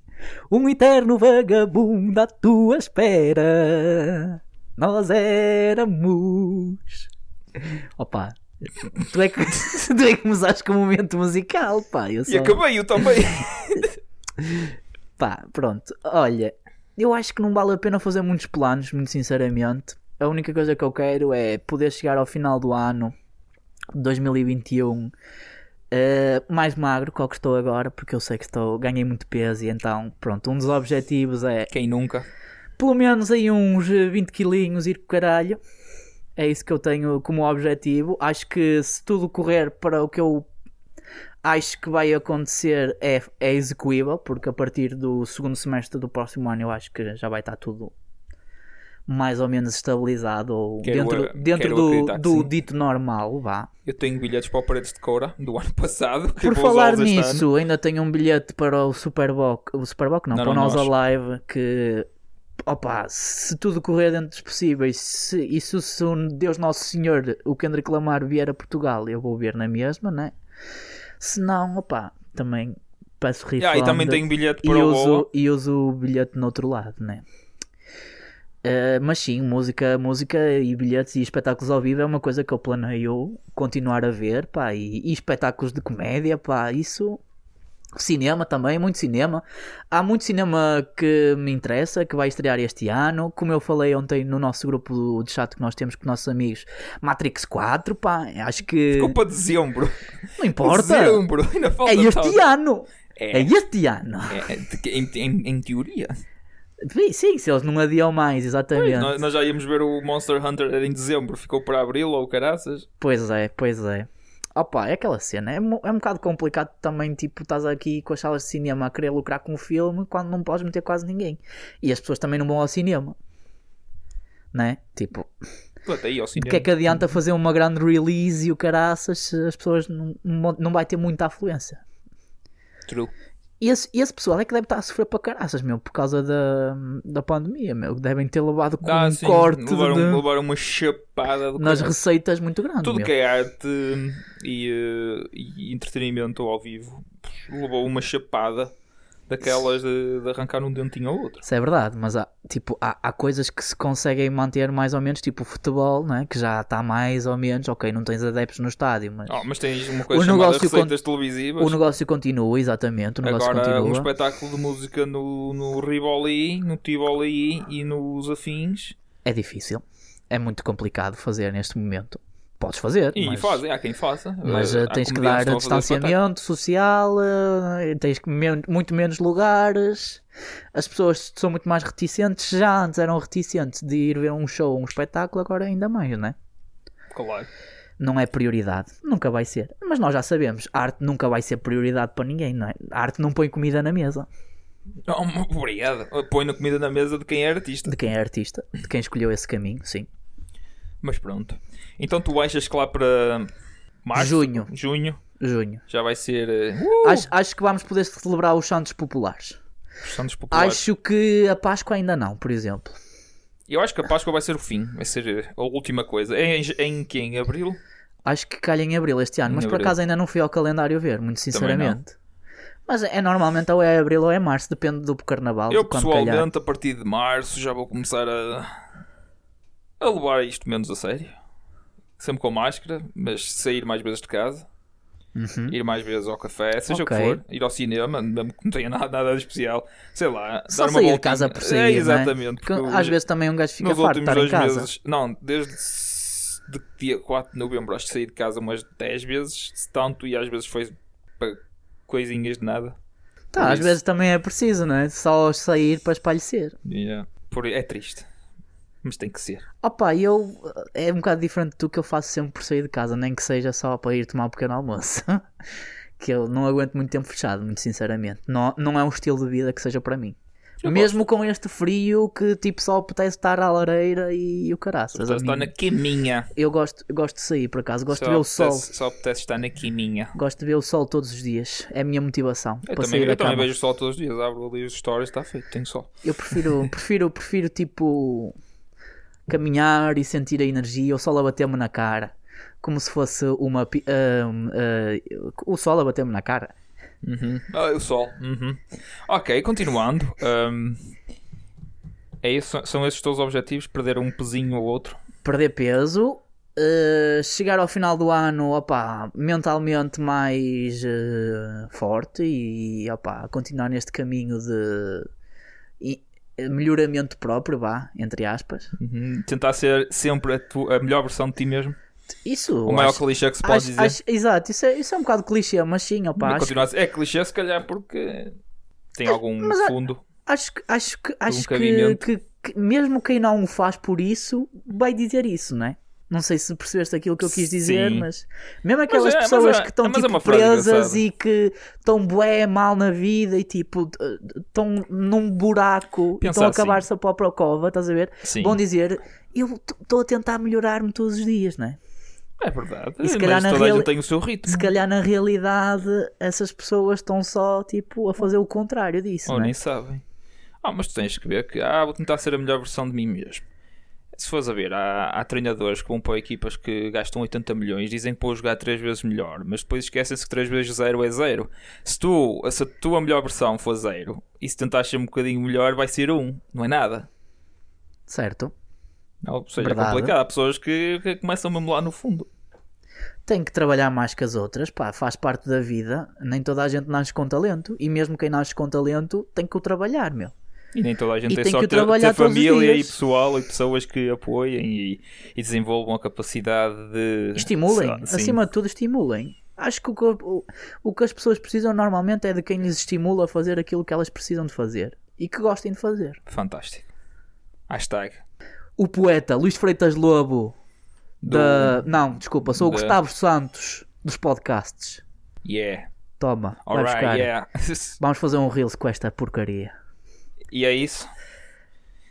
S2: Um eterno vagabundo à tua espera. Nós éramos. Opa, tu é que, tu é que começaste com um momento musical, pá. Eu
S1: E
S2: só...
S1: acabei eu também.
S2: Pá, pronto. Olha, eu acho que não vale a pena fazer muitos planos, muito sinceramente. A única coisa que eu quero é poder chegar ao final do ano 2021 eh, mais magro que o que estou agora, porque eu sei que estou, ganhei muito peso e então, pronto, um dos objetivos é
S1: Quem nunca?
S2: pelo menos aí uns eh, 20 quilinhos ir com caralho. É isso que eu tenho como objetivo. Acho que se tudo correr para o que eu acho que vai acontecer é, é execuível, porque a partir do segundo semestre do próximo ano eu acho que já vai estar tudo mais ou menos estabilizado ou
S1: Quero,
S2: dentro,
S1: eh,
S2: dentro
S1: quero
S2: do,
S1: acreditar que
S2: do
S1: sim.
S2: dito normal, vá.
S1: Eu tenho bilhetes para o Paredes de Coura do ano passado. Que eu
S2: Por
S1: vou
S2: falar
S1: usá-los este ano.
S2: nisso, ainda tenho um bilhete para o Superboc, o Superboc não,
S1: Não,
S2: para o
S1: não,
S2: Nós
S1: nós.
S2: Alive, que opa, se tudo correr dentro dos possíveis, se, e se, o Sun- Deus Nosso Senhor, o Kendrick Lamar vier a Portugal, eu vou ver na mesma, né? Se não, opa, também peço
S1: Ah,
S2: refund
S1: e também tenho bilhete
S2: e
S1: para o Boa.
S2: uso, e uso o bilhete no outro lado, né? Eh, mas sim, música, música e bilhetes e espetáculos ao vivo é uma coisa que eu planeio continuar a ver, pá, e, e espetáculos de comédia, pá, isso. Cinema também, muito cinema. Há muito cinema que me interessa, que vai estrear este ano. Como eu falei ontem no nosso grupo de chat que nós temos com nossos amigos, Matrix 4, pá, acho que.
S1: Ficou para dezembro.
S2: Não importa.
S1: Dezembro. Ainda falta
S2: É
S1: tal.
S2: este ano!
S1: É.
S2: É este ano!
S1: É, é, de que- em, em- em teoria.
S2: Sim, Sim, se eles não adiam mais, exatamente.
S1: Nós, nós já íamos ver o Monster Hunter em dezembro. Ficou para abril ou caraças.
S2: Pois é, pois é. Opa, é aquela cena, é, mu- é um bocado complicado também, tipo, estás aqui com as salas de um cinema a querer lucrar com o filme quando não podes meter quase ninguém. E as pessoas também não vão ao cinema. né? Tipo,
S1: Pronto, aí ao cinema.
S2: de que é que adianta fazer uma grande release e o caraças se as pessoas não, não não vai ter muita afluência? é
S1: True.
S2: E esse, e esse pessoal é que deve estar a sofrer para caraças, meu, por causa da, da pandemia, meu. que Devem ter levado com
S1: Ah,
S2: um
S1: sim,
S2: corte
S1: levaram,
S2: de-
S1: levaram uma chapada de
S2: nas
S1: coisa.
S2: receitas muito grande,
S1: Tudo
S2: meu.
S1: que é arte e, eh, e entretenimento ao vivo pff, levou uma chapada daquelas de, de arrancar um dentinho ao outro.
S2: Isso é verdade, mas há, tipo, há, há coisas que se conseguem manter mais ou menos, tipo o futebol, né? que já está mais ou menos, ok, não tens adeptos no estádio, mas
S1: Ah, mas tens uma coisa
S2: O
S1: chamada
S2: negócio
S1: receitas televisivas.
S2: o negócio continua, exatamente, o negócio
S1: Agora um
S2: continua.
S1: espetáculo de música no, no Rivoli, no Tivoli e nos Afins.
S2: É difícil, é muito complicado fazer neste momento. Podes fazer,
S1: E
S2: mas...
S1: fazem, há quem faça.
S2: Mas
S1: Eh,
S2: eh,
S1: há
S2: tens que
S1: comediantes
S2: dar
S1: que estão a fazer
S2: distanciamento social, eh, tens que men- muito menos lugares, as pessoas são muito mais reticentes. Já antes eram reticentes de ir ver um show ou um espetáculo, agora ainda mais, né?
S1: espetáculo. Claro.
S2: Não é prioridade, nunca vai ser. Mas nós já sabemos, a arte nunca vai ser prioridade para ninguém, não é? A arte não põe comida na mesa
S1: Oh, obrigado. Põe na comida na mesa de quem é artista.
S2: de quem é artista, de quem escolheu esse caminho, sim.
S1: Mas pronto. Então tu achas que lá para março,
S2: Junho. Uh!
S1: junho
S2: Junho.
S1: já vai ser eh,
S2: Acho, acho que vamos poder celebrar os Santos Populares.
S1: os Santos Populares.
S2: Acho que a Páscoa ainda não, por exemplo.
S1: Eu acho que a Páscoa vai ser o fim, vai ser eh, a última coisa. Em, em que? Em abril?
S2: Acho que calha em abril este ano,
S1: Em
S2: mas por
S1: abril.
S2: acaso ainda não fui ao calendário ver, muito
S1: não.
S2: sinceramente. Mas é normalmente ou é abril ou é março, depende do carnaval.
S1: Eu
S2: de quando calhar.
S1: pessoalmente, a partir de março, já vou começar a, a levar isto menos a sério. Sempre com máscara, mas sair mais vezes de casa,
S2: Uhum.
S1: ir mais vezes ao café, seja
S2: Ok.
S1: o que for, ir ao cinema, mesmo que não tenha nada, nada de especial, sei lá,
S2: Só
S1: dar uma
S2: sair de
S1: voltinha.
S2: casa por sair.
S1: É,
S2: não
S1: exatamente.
S2: Porque
S1: porque
S2: às
S1: eu-
S2: vezes também um gajo fica
S1: nos
S2: farto de
S1: últimos
S2: estar em
S1: dois
S2: casa.
S1: meses, não, desde s- de dia 4 de novembro, acho que saí de casa umas 10 vezes, se tanto, e às vezes foi para coisinhas de nada.
S2: Tá,
S1: por
S2: às
S1: isso.
S2: vezes também é preciso, não é? Só sair para espalhecer.
S1: Yeah. Por, é triste, mas tem que ser.
S2: Opa, eu é um bocado diferente do que eu faço sempre por sair de casa, nem que seja só para ir tomar um pequeno almoço. que eu não aguento muito tempo fechado, muito sinceramente. Não, não é um estilo de vida que seja para mim.
S1: Eu
S2: Mesmo com este frio que tipo só apetece estar à lareira e o caraças.
S1: Só
S2: a
S1: está
S2: mim.
S1: na quiminha.
S2: Eu gosto, eu gosto de sair por acaso, gosto
S1: Só
S2: de ver o sol.
S1: apetece- Só apetece estar na quiminha.
S2: Gosto de ver o sol todos os dias. É a minha motivação
S1: Eu
S2: para
S1: também,
S2: sair da
S1: eu também
S2: cama.
S1: vejo o sol todos os dias, abro ali os stories, está feito, tem sol.
S2: Eu prefiro, prefiro, prefiro tipo caminhar e sentir a energia, o sol a bater-me na cara, como se fosse uma pi- ahm, ah, o sol a bater-me na cara.
S1: Ah, o sol. Uhum. Ok, continuando. Ahm, é isso, são esses os teus objetivos? Perder um pezinho ou outro?
S2: Perder peso, ah, chegar ao final do ano, opá, mentalmente mais ah, forte e opá, continuar neste caminho de e- melhoramento próprio, vá, entre aspas.
S1: Uhum. Tentar ser sempre a, tu- a melhor versão de ti mesmo.
S2: Isso
S1: o maior
S2: acho-
S1: clichê que se pode
S2: acho-
S1: dizer.
S2: acho- exato, isso é, isso é um bocado clichê, mas sim, opá,
S1: Mas
S2: acho
S1: continua a ser- É clichê, se calhar, porque tem algum
S2: mas a-
S1: fundo.
S2: Acho que, acho
S1: Um
S2: que, acho que,
S1: cabimento.
S2: que, que mesmo quem não o faz por isso vai dizer isso, não é? Não sei se percebeste aquilo que eu quis dizer,
S1: Sim.
S2: mas mesmo aquelas
S1: é- mas
S2: pessoas
S1: é-
S2: que estão
S1: mas é
S2: tipo,
S1: uma frase
S2: presas
S1: engraçada.
S2: e que estão bué mal na vida e tipo estão num buraco e
S1: Pensa
S2: estão a
S1: assim.
S2: acabar-se a própria cova, estás a ver?
S1: Sim.
S2: Vão dizer, eu estou a tentar melhorar-me todos os dias, não é?
S1: É verdade.
S2: E se
S1: mas
S2: calhar na
S1: toda a
S2: reali-
S1: gente tem o seu ritmo.
S2: Se calhar na realidade essas pessoas estão só tipo a fazer o contrário disso,
S1: Ou
S2: não é?
S1: nem sabem. Ah, mas tu tens que ver que ah, vou tentar ser a melhor versão de mim mesmo. Se fores a ver, há, há treinadores que vão para equipas que gastam 80 milhões, dizem que vão jogar 3 vezes melhor, mas depois esquecem-se que 3 vezes 0 é 0. Se, tu, se a tua melhor versão for 0 e se tentares ser um bocadinho melhor, vai ser 1, um, não é nada.
S2: Certo?
S1: Não, ou seja,
S2: Verdade.
S1: é complicado. Há pessoas que, que começam mesmo lá no fundo.
S2: tem que trabalhar mais que as outras, pá, faz parte da vida. Nem toda a gente nasce com talento e mesmo quem nasce com talento tem que o trabalhar, meu.
S1: E nem toda a gente
S2: E
S1: tem
S2: tem
S1: só
S2: que o
S1: ter, ter
S2: trabalhar todos os
S1: família e
S2: dias.
S1: pessoal e pessoas que apoiem e, e desenvolvam a capacidade de.
S2: Estimulem,
S1: sei lá, sim.
S2: acima de tudo, estimulem. Acho que o, que o- o que as pessoas precisam normalmente é de quem lhes estimula a fazer aquilo que elas precisam de fazer e que gostem de fazer.
S1: Fantástico. Hashtag.
S2: O poeta Luís Freitas Lobo,
S1: Do-
S2: da. Não, desculpa, sou o
S1: da-
S2: Gustavo Santos dos podcasts.
S1: Yeah.
S2: Toma, vai
S1: Alright,
S2: buscar.
S1: yeah.
S2: Vamos fazer um reels com esta porcaria.
S1: e é isso.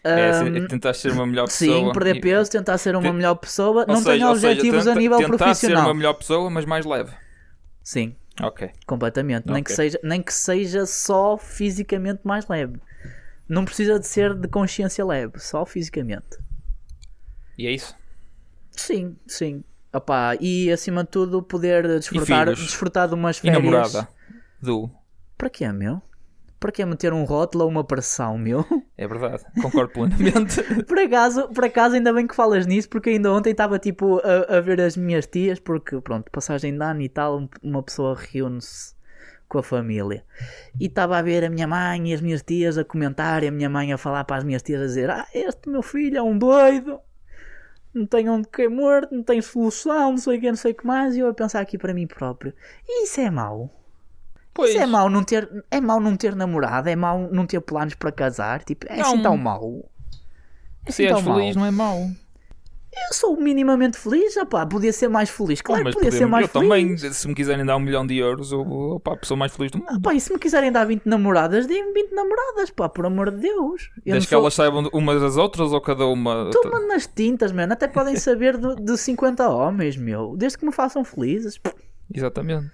S1: É, assim, tentaste ser uma melhor pessoa.
S2: Sim, perder
S1: e-
S2: peso, tentar ser uma
S1: Te-
S2: melhor pessoa,
S1: Ou
S2: não
S1: seja-
S2: tenho
S1: ou seja,
S2: objetivos a
S1: tenta-
S2: nível
S1: tentar ser
S2: profissional.
S1: uma melhor pessoa, mas mais leve.
S2: Sim,
S1: Ok.
S2: completamente. Nem,
S1: Ok.
S2: que seja, nem que seja só fisicamente mais leve. Não precisa de ser de consciência leve, só fisicamente.
S1: E é isso.
S2: Sim, sim. Opá, e acima de tudo poder desfrutar,
S1: filhos?
S2: desfrutar de umas
S1: E
S2: férias.
S1: namorada do.
S2: Para quê, meu? Para quê meter um rótulo ou uma pressão, meu?
S1: É verdade. Concordo plenamente.
S2: Por acaso, por acaso, ainda bem que falas nisso, porque ainda ontem estava tipo a, a ver as minhas tias, porque pronto, passagem de ano e tal, um- uma pessoa reúne-se com a família. E estava a ver a minha mãe e as minhas tias a comentar, e a minha mãe a falar para as minhas tias a dizer: Ah, este meu filho é um doido, não tem onde cair morto, não tem solução, não sei o que, não sei o que mais, e eu a pensar aqui para mim próprio: "E Isso é mau.
S1: Pois.
S2: Isso é mau não ter, é mau não ter namorado, é mau não ter planos para casar, tipo, é assim
S1: Não.
S2: tão mau. É
S1: Se
S2: assim
S1: és
S2: tão mau.
S1: feliz, não é mau.
S2: Eu sou minimamente feliz, opá, podia ser mais feliz, claro,
S1: Ah,
S2: que
S1: mas
S2: podia ser
S1: podemos-
S2: mais
S1: eu
S2: feliz. Ah,
S1: também, se me quiserem dar um milhão de euros, eu vou pá, a pessoa mais feliz do mundo.
S2: Pá, e se me quiserem dar 20 namoradas, deem 20 namoradas, pá, por amor de Deus. Eu não
S1: Desde que
S2: sou- Então,
S1: elas saibam umas das outras ou cada uma.
S2: Toma nas tintas, mano, até podem saber de, de 50 homens, meu, desde que me façam felizes. Pô,
S1: Exatamente.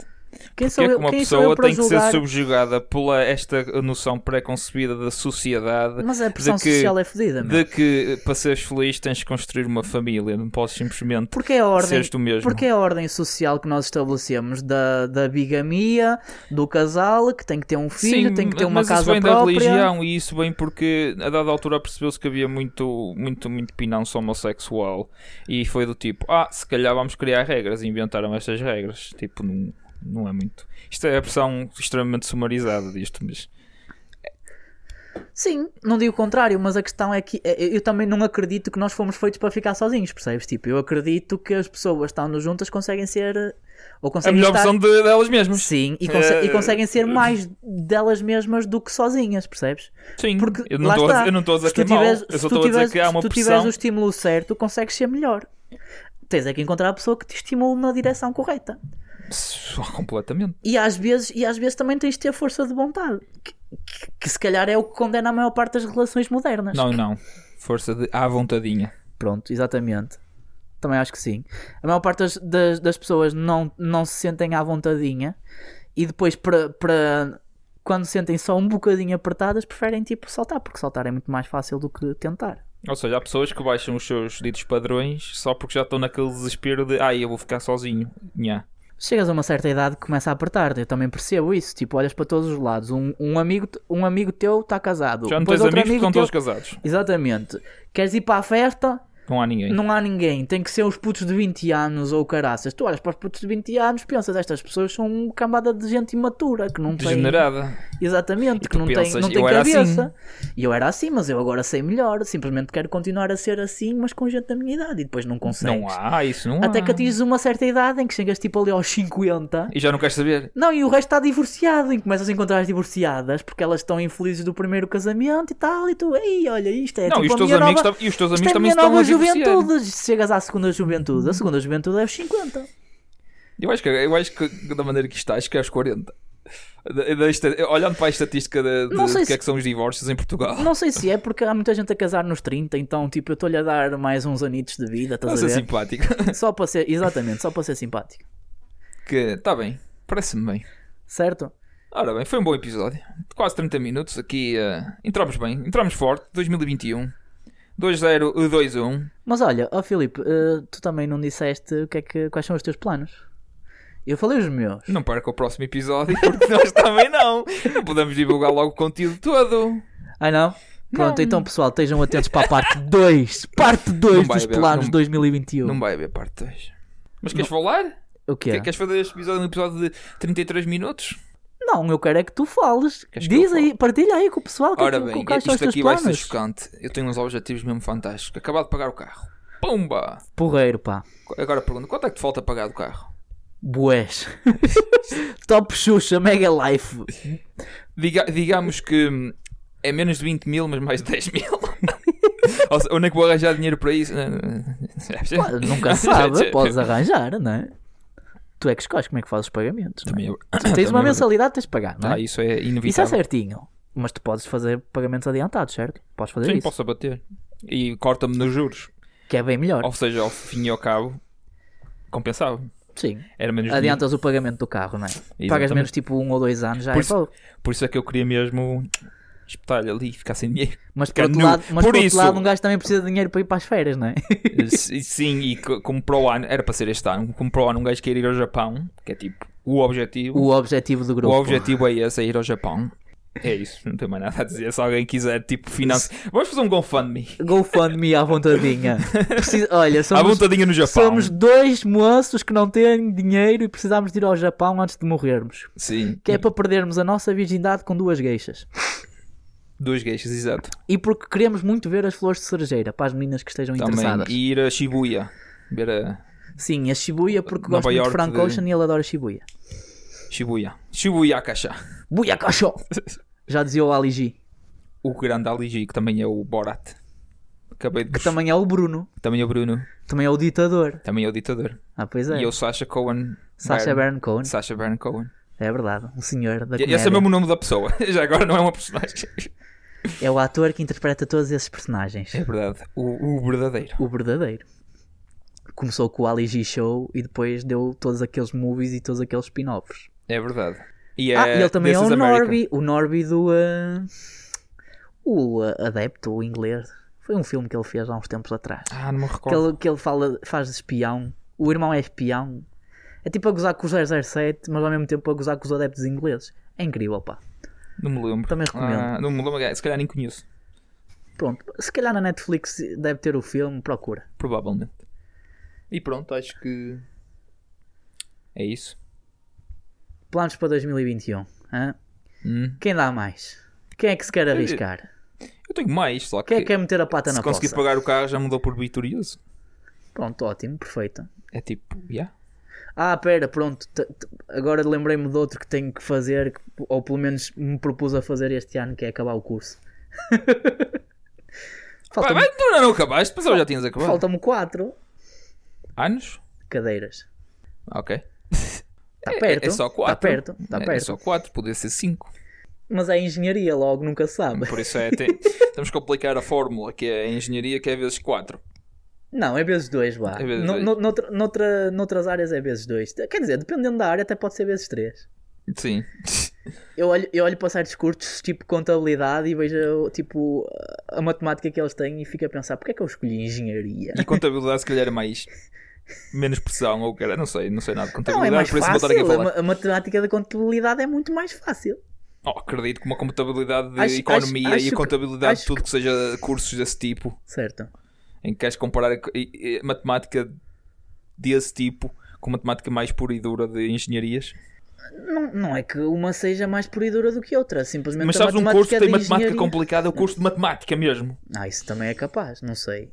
S2: Quem
S1: Que
S2: sou
S1: é que
S2: eu,
S1: uma
S2: quem sou eu
S1: pessoa
S2: para
S1: tem que ser
S2: julgar?
S1: subjugada pela esta noção pré-concebida da sociedade
S2: Mas a pressão
S1: de que-
S2: social é fodida, meu.
S1: de que para seres feliz tens de construir uma família, não podes simplesmente
S2: Porque é a ordem,
S1: seres tu mesmo.
S2: Porque é a ordem social que nós estabelecemos da, da bigamia, do casal, que tem que ter um filho, tem que ter uma
S1: mas
S2: casa
S1: isso vem
S2: própria.
S1: da religião e isso vem porque a dada altura percebeu-se que havia muito, muito, muito pinanço homossexual e foi do tipo, ah, se calhar vamos criar regras e inventaram estas regras. Tipo, não, não é muito. Isto é a versão extremamente sumarizada disto, mas
S2: Sim, não digo o contrário, mas a questão é que eh, eu também não acredito que nós fomos feitos para ficar sozinhos, percebes? Tipo, eu acredito que as pessoas estando juntas conseguem ser eh, ou
S1: é a
S2: conseguem
S1: melhor
S2: estar
S1: versão de- delas mesmas.
S2: Sim, e, conse-
S1: Eh,
S2: e conseguem ser mais delas mesmas do que sozinhas, percebes?
S1: Sim,
S2: Porque
S1: eu não
S2: lá
S1: estou a
S2: está.
S1: eu não estou a dizer
S2: Se tu
S1: que é mau,
S2: tiveres,
S1: eu
S2: se
S1: só
S2: tu
S1: estou a dizer
S2: tiveres-
S1: que há uma
S2: se tu tiveres
S1: pressão.
S2: o estímulo certo, consegues ser melhor. Tens é que encontrar a pessoa que te estimule na direção correta.
S1: Completamente.
S2: E às vezes, e às vezes também tens de ter força de vontade, que, que- que se calhar é o que condena a maior parte das relações modernas.
S1: Não, não. Força de à vontadinha.
S2: Pronto, exatamente. Também acho que sim. A maior parte das, das, das pessoas não, não se sentem à vontadinha e depois para- para quando se sentem só um bocadinho apertadas preferem tipo saltar, porque saltar é muito mais fácil do que tentar.
S1: Ou seja, há pessoas que baixam os seus ditos padrões só porque já estão naquele desespero de ai, eu vou ficar sozinho. Nhá.
S2: Chegas a uma certa idade que começa a apertar, eu também percebo isso. Tipo, olhas para todos os lados. Um, um, amigo, um amigo teu está casado.
S1: Já não
S2: depois
S1: tens
S2: outro
S1: amigos que estão
S2: teu-
S1: todos casados.
S2: Exatamente. Queres ir para a festa?
S1: Não há ninguém.
S2: Não há ninguém. Tem que ser os putos de 20 anos ou caraças. Tu olhas para os putos de 20 anos, pensas, estas pessoas são uma cambada de gente imatura que não tem.
S1: Degenerada.
S2: Exatamente,
S1: E
S2: que
S1: tu
S2: não tem,
S1: pensas,
S2: não tem
S1: "Eu era assim."
S2: cabeça. E eu era assim, mas eu agora sei melhor. Simplesmente quero continuar a ser assim, mas com gente da minha idade. E depois não consegues.
S1: Não há, isso não
S2: Até
S1: há.
S2: que atinges uma certa idade em que chegas tipo ali aos 50.
S1: E já não queres saber.
S2: Não, e o resto está divorciado e começas a encontrar as divorciadas porque elas estão infelizes do primeiro casamento e tal. E tu, ei, olha, isto é
S1: não,
S2: tipo
S1: e os
S2: a
S1: teus
S2: minha
S1: amigos,
S2: nova...
S1: tam- e os teus
S2: Isto
S1: amigos
S2: é a
S1: também
S2: minha
S1: estão
S2: nova
S1: a divorciar.
S2: juventude. Chegas à segunda juventude. A segunda juventude é os 50.
S1: Eu acho, que, eu acho que da maneira que está, acho que é aos 40. Da- da esta- olhando para a estatística de, de,
S2: Não sei
S1: do que
S2: se-
S1: é que são os divórcios em Portugal.
S2: Não sei se é porque há muita gente a casar nos 30, então tipo, eu estou-lhe a dar mais uns anitos de vida, estás
S1: Não
S2: a
S1: ser
S2: ver?
S1: simpático.
S2: Só para ser, exatamente, só para ser simpático.
S1: que está bem. Parece-me bem.
S2: Certo?
S1: Ora bem, foi um bom episódio. De quase 30 minutos aqui. eh, entramos bem, entramos forte. 2021. 2021.
S2: Mas olha, ó Filipe, eh, tu também não disseste o que é que, quais são os teus planos. Eu falei os meus.
S1: Não perca o próximo episódio, porque nós também não. Não podemos divulgar logo o conteúdo todo.
S2: Ah não? Pronto, então pessoal, estejam atentos para a parte 2. Parte
S1: Não
S2: 2
S1: vai
S2: dos
S1: haver,
S2: planos
S1: não-
S2: 2021.
S1: Não vai haver parte 2. Mas queres falar?
S2: O quê?
S1: Queres fazer este episódio um episódio de 33 minutos?
S2: Não, eu quero é que tu fales.
S1: Queres que
S2: Diz
S1: eu
S2: aí, partilha aí com o pessoal que,
S1: Ora
S2: que-
S1: bem,
S2: quais são os
S1: isto
S2: teus
S1: aqui vai ser
S2: planos.
S1: chocante. Eu tenho uns objetivos mesmo fantásticos. Acabado de pagar o carro. Pumba!
S2: Porreiro, pá.
S1: Agora pergunto, quanto é que te falta pagar do carro?
S2: Bués. Top Xuxa, Mega Life.
S1: Diga- digamos que hum, é menos de 20 mil, mas mais de 10 mil. Ou seja, onde é que vou arranjar dinheiro para isso?
S2: Pá, nunca se sabe, podes arranjar, não é? Tu é que escolhes como é que fazes os pagamentos. não é?
S1: Também é-
S2: Tens
S1: também
S2: uma
S1: é verdade.
S2: mensalidade, tens de pagar, não
S1: Ah,
S2: é?
S1: isso é
S2: Isso é
S1: inevitável.
S2: certinho. Mas tu podes fazer pagamentos adiantados, certo? Podes fazer
S1: Sim,
S2: é isso.
S1: posso abater. E corta-me nos juros.
S2: Que é bem melhor.
S1: Ou seja, ao fim e ao cabo, compensava.
S2: Sim.
S1: Era menos dinheiro.
S2: Adiantas o pagamento do carro, não é? Pagas
S1: Exatamente.
S2: menos tipo um ou dois anos já.
S1: Por
S2: é
S1: isso-
S2: pau.
S1: Por isso é que eu queria mesmo espetar-lhe ali e ficar sem dinheiro.
S2: Mas por
S1: Ficar
S2: outro
S1: nu.
S2: lado, mas
S1: é Por
S2: por outro
S1: isso-
S2: lado, um gajo também precisa de dinheiro para ir para as férias, não é?
S1: E Sim, e co- como para o ano, era para ser este ano, como para o ano um gajo quer ir ao Japão, que é tipo o objetivo.
S2: O objetivo do
S1: O
S2: grupo.
S1: objetivo é esse, é ir ao Japão. É isso, não tenho mais nada a dizer. Se alguém quiser, tipo, finance. Vamos fazer um GoFundMe.
S2: GoFundMe à vontadinha. Precisa- Olha,
S1: À
S2: somos,
S1: vontadinha no Japão.
S2: somos dois moços que não têm dinheiro e precisamos de ir ao Japão antes de morrermos.
S1: Sim,
S2: Que é para perdermos a nossa virgindade com duas geixas.
S1: dois gays, exato.
S2: E porque queremos muito ver as flores de cerejeira para as meninas que estejam
S1: Também.
S2: interessadas.
S1: E ir a Shibuya. Ver a
S2: Sim, a Shibuya, porque
S1: Nova
S2: gosto muito de
S1: York
S2: Frank
S1: de-
S2: Ocean e ele adora Shibuya.
S1: Shibuya. Shibuya Kasha.
S2: Buyakasho! Já dizia o Ali G,
S1: O grande Ali G, que também é o Borat. Acabei de.
S2: que também é o Bruno,
S1: Também é o Bruno.
S2: também é o ditador.
S1: Também é o ditador.
S2: Ah, pois é.
S1: E é o Sasha Cohen.
S2: Sacha Baron Cohen,
S1: Sasha Baron Cohen.
S2: é verdade, um senhor da comédia.
S1: Esse é mesmo o nome da pessoa. Já agora não é uma personagem.
S2: É o ator que interpreta todos esses personagens.
S1: É verdade. O, o verdadeiro.
S2: O verdadeiro. Começou com o Ali G Show e depois deu todos aqueles movies e todos aqueles spin-offs.
S1: É verdade. E é
S2: ah, e ele também é
S1: This
S2: o
S1: is America.
S2: Norby, o Norby do. ah, o ah, adepto, o inglês. Foi um filme que ele fez há uns tempos atrás.
S1: Ah, não me
S2: que
S1: recordo.
S2: ele, que ele fala, faz de espião. O irmão é espião. É tipo a gozar com os 007, mas ao mesmo tempo a gozar com os adeptos ingleses. É incrível, pá.
S1: Não me lembro.
S2: Também recomendo.
S1: Ah, não me lembro. Se calhar nem conheço.
S2: Pronto, se calhar na Netflix deve ter o filme, procura.
S1: Provavelmente. E pronto, acho que. É isso.
S2: Planos para 2021. hã?
S1: Hum.
S2: Quem dá mais? Quem é que se quer arriscar?
S1: Eu tenho mais, só que.
S2: Quem é que quer meter a pata
S1: se
S2: na
S1: conseguir
S2: poça?
S1: pagar o carro, já mudou por vitorioso.
S2: Pronto, ótimo, perfeito.
S1: É tipo, yeah.
S2: Ah, pera, pronto. t- t- Agora lembrei-me de outro que tenho que fazer, que- ou pelo menos me propus a fazer este ano, que é acabar o curso.
S1: Vai,
S2: Falta-me
S1: vai, tu não, não acabaste, pensava que já tinhas acabado.
S2: faltam-me quatro
S1: Anos?
S2: cadeiras.
S1: Ok.
S2: Está
S1: É-
S2: perto.
S1: É, só 4.
S2: Está perto. Está
S1: é,
S2: Tá perto.
S1: é só 4, podia ser 5.
S2: Mas é engenharia, logo nunca se sabe.
S1: Por isso é. Tem, temos que aplicar a fórmula que é a engenharia que é vezes 4.
S2: Não, é vezes dois, vá.
S1: É vezes
S2: No-
S1: dois.
S2: no- noutra- noutra- noutras áreas é vezes dois. Quer dizer, dependendo da área, até pode ser vezes três.
S1: Sim.
S2: Eu olho, eu olho para sites curtos, tipo contabilidade, e vejo tipo a matemática que eles têm e fico a pensar: porque é que eu escolhi engenharia?
S1: E contabilidade, se calhar, é mais. Menos pressão, ou cara, não sei, Então, não sei nada de
S2: Não, é
S1: contabilidade,
S2: mais
S1: por isso vou estar aqui a
S2: fácil. A,
S1: falar.
S2: ma- a matemática da contabilidade é muito mais fácil.
S1: Oh, acredito que uma contabilidade de
S2: Acho- acho-
S1: economia
S2: acho
S1: e
S2: que-
S1: contabilidade de
S2: acho
S1: tudo que seja cursos desse tipo,
S2: Certo.
S1: em que queres comparar a co- e- e- matemática desse tipo com matemática mais pura e dura de engenharias.
S2: Não, não é que uma seja mais proidora do que outra, simplesmente
S1: Mas
S2: a
S1: sabes, um
S2: matemática
S1: curso que
S2: da
S1: tem matemática
S2: engenharia-
S1: complicada é o curso de matemática mesmo.
S2: Ah, isso também é capaz, não sei.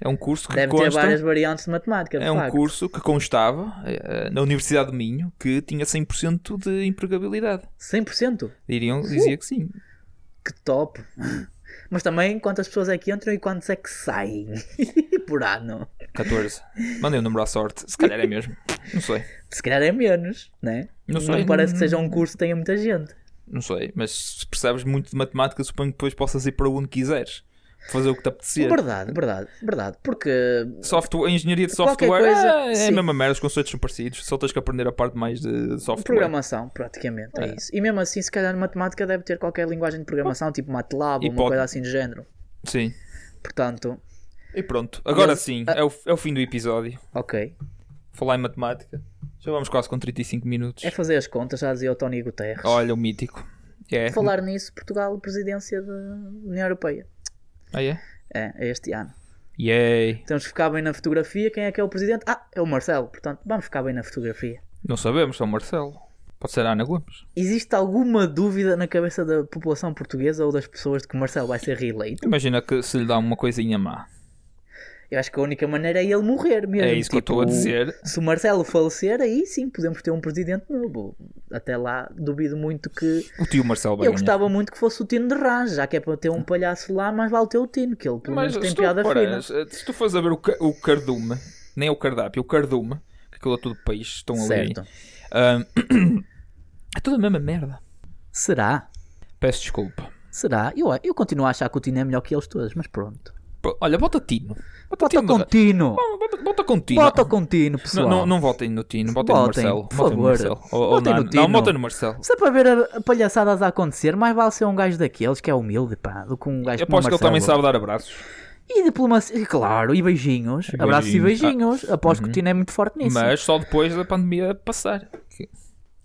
S1: É um curso que
S2: Deve ter
S1: consta,
S2: várias variantes de matemática, de
S1: é um
S2: facto.
S1: curso que constava eh, na Universidade de Minho que tinha 100% de empregabilidade.
S2: 100%?
S1: Diriam, dizia
S2: Uh.
S1: que sim.
S2: Que top! Mas também quantas pessoas é que entram e quantas é que saem por ano?
S1: 14. Mandei um número à sorte. Se calhar é mesmo. Não sei.
S2: Se calhar é menos, né?
S1: Não sei.
S2: parece que seja um curso que tenha muita gente.
S1: Não sei, mas se percebes muito de matemática, suponho que depois possas ir para onde quiseres. Fazer o que te apetecer.
S2: Verdade, verdade, verdade. Porque
S1: Software, engenharia de
S2: Qualquer
S1: software
S2: coisa,
S1: ah, é a
S2: sim.
S1: mesma merda, os conceitos são parecidos, só tens que aprender a parte mais de
S2: Um
S1: software.
S2: programação, praticamente, é. isso. E mesmo assim, se calhar matemática deve ter qualquer linguagem de programação, tipo MATLAB
S1: E
S2: ou uma
S1: pode-
S2: coisa assim do género.
S1: Sim.
S2: Portanto,
S1: E pronto, agora
S2: Mas- ah,
S1: sim, é o, é o fim do episódio.
S2: ok.
S1: Falar em matemática. Já vamos quase com 35 minutos.
S2: É fazer as contas, já dizia o Tony Guterres.
S1: Olha o mítico. É.
S2: Falar nisso, Portugal, presidência da União Europeia.
S1: Ah, é?
S2: É, é este ano.
S1: Yay.
S2: Temos que ficar bem na fotografia. Quem é que é o presidente? Ah, é o Marcelo. Portanto, vamos ficar bem na fotografia.
S1: Não sabemos, só o Marcelo. Pode ser a Ana Gomes.
S2: Existe alguma dúvida na cabeça da população portuguesa ou das pessoas de que o Marcelo vai ser reeleito?
S1: Imagina que se lhe dá uma coisinha má.
S2: Eu acho que a única maneira é ele morrer mesmo.
S1: É isso que eu
S2: Tipo,
S1: estou a dizer.
S2: Se o Marcelo falecer, aí sim podemos ter um presidente novo. Até lá, duvido muito que.
S1: O tio Marcelo vai
S2: eu
S1: ganhar.
S2: gostava muito que fosse o Tino de Rãs, já que é para ter um palhaço lá, mas vale ter o Tino, que ele pelo menos tem
S1: se tu
S2: piada fina.
S1: reparas, se tu fores a ver o, ca- o cardume, nem é o cardápio, o cardume, que aquilo é todo país, estão ali.
S2: Certo.
S1: ah, é tudo a mesma merda.
S2: Será?
S1: Peço desculpa.
S2: Será? Eu, eu continuo a achar que o Tino é melhor que eles todos, mas pronto.
S1: Pô, Olha, bota Tino. Bota,
S2: Bota
S1: Tino.
S2: com Tino!
S1: Bota, bota com Tino.
S2: Bota com Tino,
S1: Não,
S2: pessoal!
S1: não, não votem no Tino, votem, no
S2: Votem,
S1: Marcelo.
S2: por
S1: votem no
S2: favor.
S1: Marcelo. Ou- ou
S2: Votem
S1: na-
S2: no Tino.
S1: Não, votem no Marcelo.
S2: Se é para ver a- a palhaçadas a acontecer, mais vale ser um gajo daqueles que é humilde, pá, do que um gajo
S1: Eu
S2: como o
S1: aposto que ele também
S2: Marcelo.
S1: sabe dar abraços.
S2: E diplomacia, claro, e beijinhos, abraços e beijinhos. Aposto que o Tino é muito forte nisso.
S1: Ah, uhum. Mas só depois da pandemia passar. Que-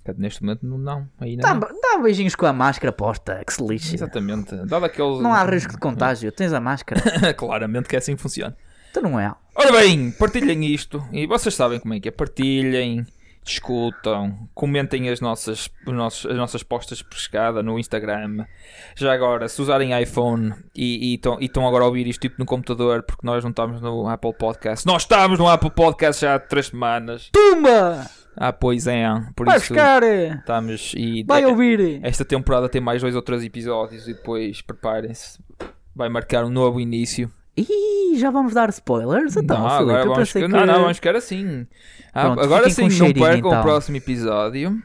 S1: que Neste momento não, não. ainda
S2: Dá,
S1: não.
S2: dá beijinhos com a máscara posta, que se lixe.
S1: Exatamente. Dado aqueles...
S2: Não há risco de
S1: É.
S2: contágio, tens a máscara.
S1: Claramente que é assim que funciona.
S2: tu não é.
S1: Ora bem, partilhem isto. E vocês sabem como é que é. Partilhem, discutam, comentem as nossas, os nossos- as nossas postas de pescada no Instagram. Já agora, se usarem iPhone e estão agora a ouvir isto tipo no computador, porque nós não estamos no Apple Podcast. Nós estamos no Apple Podcast já há três semanas.
S2: Tumba!
S1: Ah, pois é. Por
S2: Vai
S1: isso É.
S2: buscar!
S1: estamos e
S2: Vai ouvir!
S1: esta temporada tem mais dois ou três episódios e depois preparem-se. Vai marcar um novo início.
S2: Ih, já vamos dar spoilers? Então,
S1: não,
S2: Filipe,
S1: agora
S2: eu
S1: vamos
S2: pensei
S1: ficar,
S2: que...
S1: não, não, vamos ficar assim. Ah,
S2: Pronto,
S1: agora
S2: fiquem
S1: sim,
S2: com
S1: não
S2: cheirinho,
S1: percam
S2: então.
S1: o próximo episódio.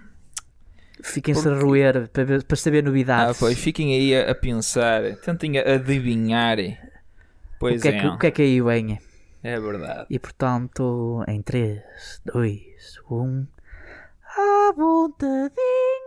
S2: Fiquem-se a roer para, ver- para saber
S1: Ah,
S2: novidades.
S1: pois, fiquem aí a, a pensar, tentem a- adivinhar. Pois
S2: o, que é
S1: é,
S2: que, o que é que aí vem?
S1: é verdade.
S2: E portanto, em 3, 2, 1. À um. vontadinha!